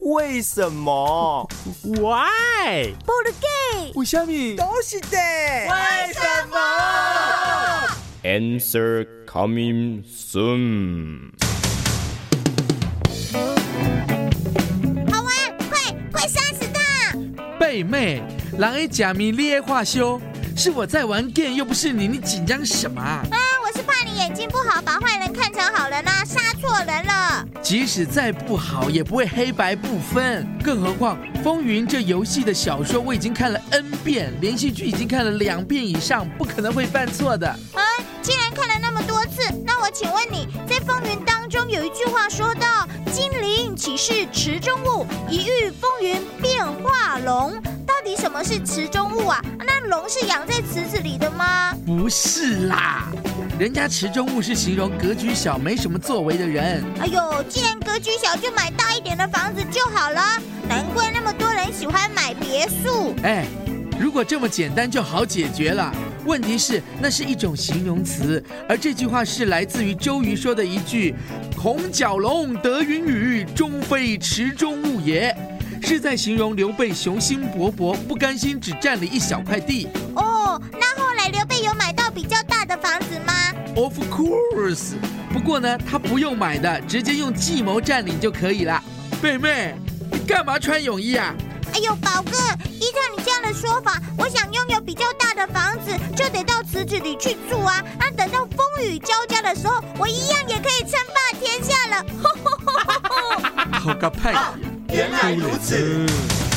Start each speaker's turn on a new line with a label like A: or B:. A: 为什么？
B: Why？
C: 不如给
A: 为什么
D: 都是的。
A: 为什么？
E: Answer coming soon。
C: 好啊，快快杀死他！
F: 贝妹，狼 A 假迷烈化修，是我在玩 game，又不是你，你紧张什么啊？
C: 啊，我是怕你眼睛不好，把坏人看成好人啦、杀错人了。
F: 即使再不好，也不会黑白不分。更何况《风云》这游戏的小说我已经看了 N 遍，连续剧已经看了两遍以上，不可能会犯错的。
C: 啊，既然看了那么多次，那我请问你在风云当中有一句话说到“金鳞岂是池中物，一遇风云变化龙”，到底什么是池中物啊？那龙是养在池子里的吗？
F: 不是啦，人家池中物是形容格局小、没什么作为的人。
C: 哎呦，既然格局小，就买大一点的房子就好了。难怪那么多人喜欢买别墅。
F: 哎，如果这么简单就好解决了。问题是，那是一种形容词，而这句话是来自于周瑜说的一句“孔角龙得云雨，终非池中物也”，是在形容刘备雄心勃勃，不甘心只占了一小块地。
C: 哦，那后来刘备有买到比较大的房子吗？
F: Of course，不过呢，他不用买的，直接用计谋占领就可以了。妹妹，你干嘛穿泳衣啊？
C: 哎呦，宝哥，依照你这样的说法，我想拥有比较大的房子，就得到池子里去住啊。那等到风雨交加的时候，我一样也可以称霸天下了。
F: 好个派！
A: 哦原来如此。